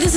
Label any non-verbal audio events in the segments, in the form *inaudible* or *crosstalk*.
This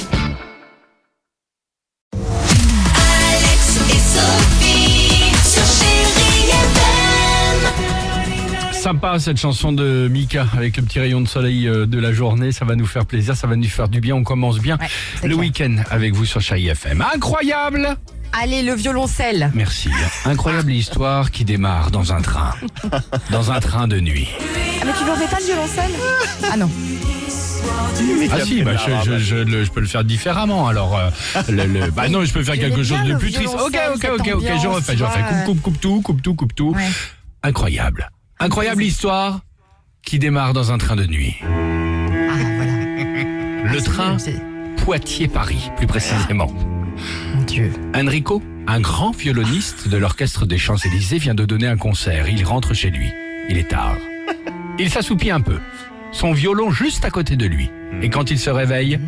Alex et Sophie sur Chéri FM. Sympa cette chanson de Mika avec le petit rayon de soleil euh, de la journée, ça va nous faire plaisir, ça va nous faire du bien, on commence bien le week-end avec vous sur Chai FM. Incroyable Allez, le violoncelle. Merci. Incroyable histoire qui démarre dans un train. Dans un train de nuit. Ah, mais tu ne remets pas le violoncelle Ah non. Ah si, bah, je, je- je le- je peux le faire différemment alors. euh, le- le- bah non, je peux faire Je quelque l'ai chose bien, de le plus triste. Ok, violoncelle, ok, cette ok, ok, je ambiance, refais, tu je refais. vois, Coupe, euh. coupe, coupe tout, coupe tout, coupe tout. Ouais. Incroyable. Incroyable histoire qui démarre dans un train de nuit. Ah voilà. Le train Poitiers-Paris, plus précisément. Ah, Mon Dieu. Enrico, un grand violoniste de l'orchestre des Champs-Élysées, vient de donner un concert. Il rentre chez lui. Il est tard. Il s'assoupit un peu. Son violon juste à côté de lui. Et quand il se réveille,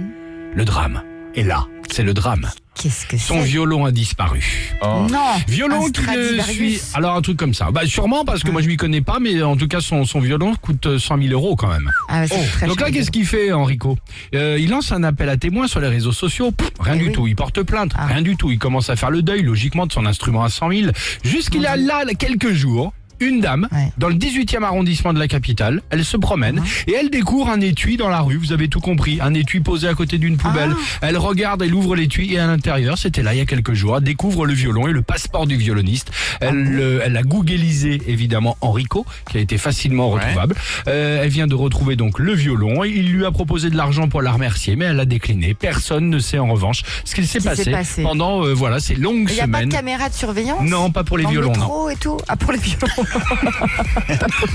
le drame est là. C'est le drame. Qu'est-ce que Son c'est violon a disparu. Non. Violon Ah, Un qui ne Stradivarius. suit. Alors un truc comme ça. Bah sûrement parce que moi je m'y connais pas, mais en tout cas son, son violon coûte 100 000 euros quand même. Oh. Ah, ouais, c'est très Donc là, cher. qu'est-ce qu'il fait, Enrico Euh, Il lance un appel à témoins sur les réseaux sociaux. Pff, rien Eh du oui. tout. Il porte plainte. Ah. Rien du tout. Il commence à faire le deuil, logiquement, de son instrument à 100 000. Jusqu'il a là, là, quelques jours, une dame, Ouais. Ah. dans le 18e arrondissement de la capitale, elle se promène et elle découvre un étui dans la rue. Vous avez tout compris. Un étui posé à côté d'une poubelle. Ah. Elle regarde, elle ouvre l'étui et à l'intérieur, c'était là il y a quelques jours, elle découvre le violon et le passeport du violoniste. Ah Elle, euh, elle a googlisé, évidemment, Enrico, qui a été facilement retrouvable. Euh, elle vient de retrouver donc le violon. Il lui a proposé de l'argent pour la remercier, mais elle a décliné. Personne ne sait en revanche ce qu'il s'est Qui s'est passé, passé. pendant euh, voilà ces longues Il n'y a pas semaines. de caméra de surveillance non, pas pour les Dans le violons, non. métro et tout Ah, pour les *laughs* violons.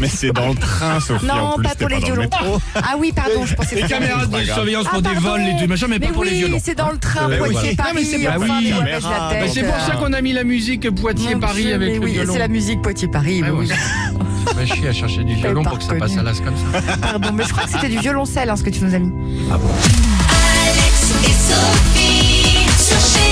Mais c'est dans le train, Sophie. en Non, plus, pas t'es pour les dans le violons. métro. Ah oui, pardon, je pensais Les que c'était- caméras de pas grave. surveillance Ah, pour des pardon. vols, les machins, mais, pas pour les violons. oui, c'est dans le train, Euh, oui, voilà. Poitiers, Paris. Non, mais c'est enfin, pour ça. oui, Ah, ouais, je la merde. Mais tête. c'est pour ça qu'on a mis la musique Mon Poitiers-Paris Dieu, avec mais le oui, violon. c'est la musique Poitiers-Paris. Ah, oui. ouais. Ça va chier à chercher du violon pas pour que ça passe reconnu. à l'as comme ça. Pardon, mais je crois que c'était du violoncelle, hein, ce que tu nous as mis. Alex et Sophie sur Chéri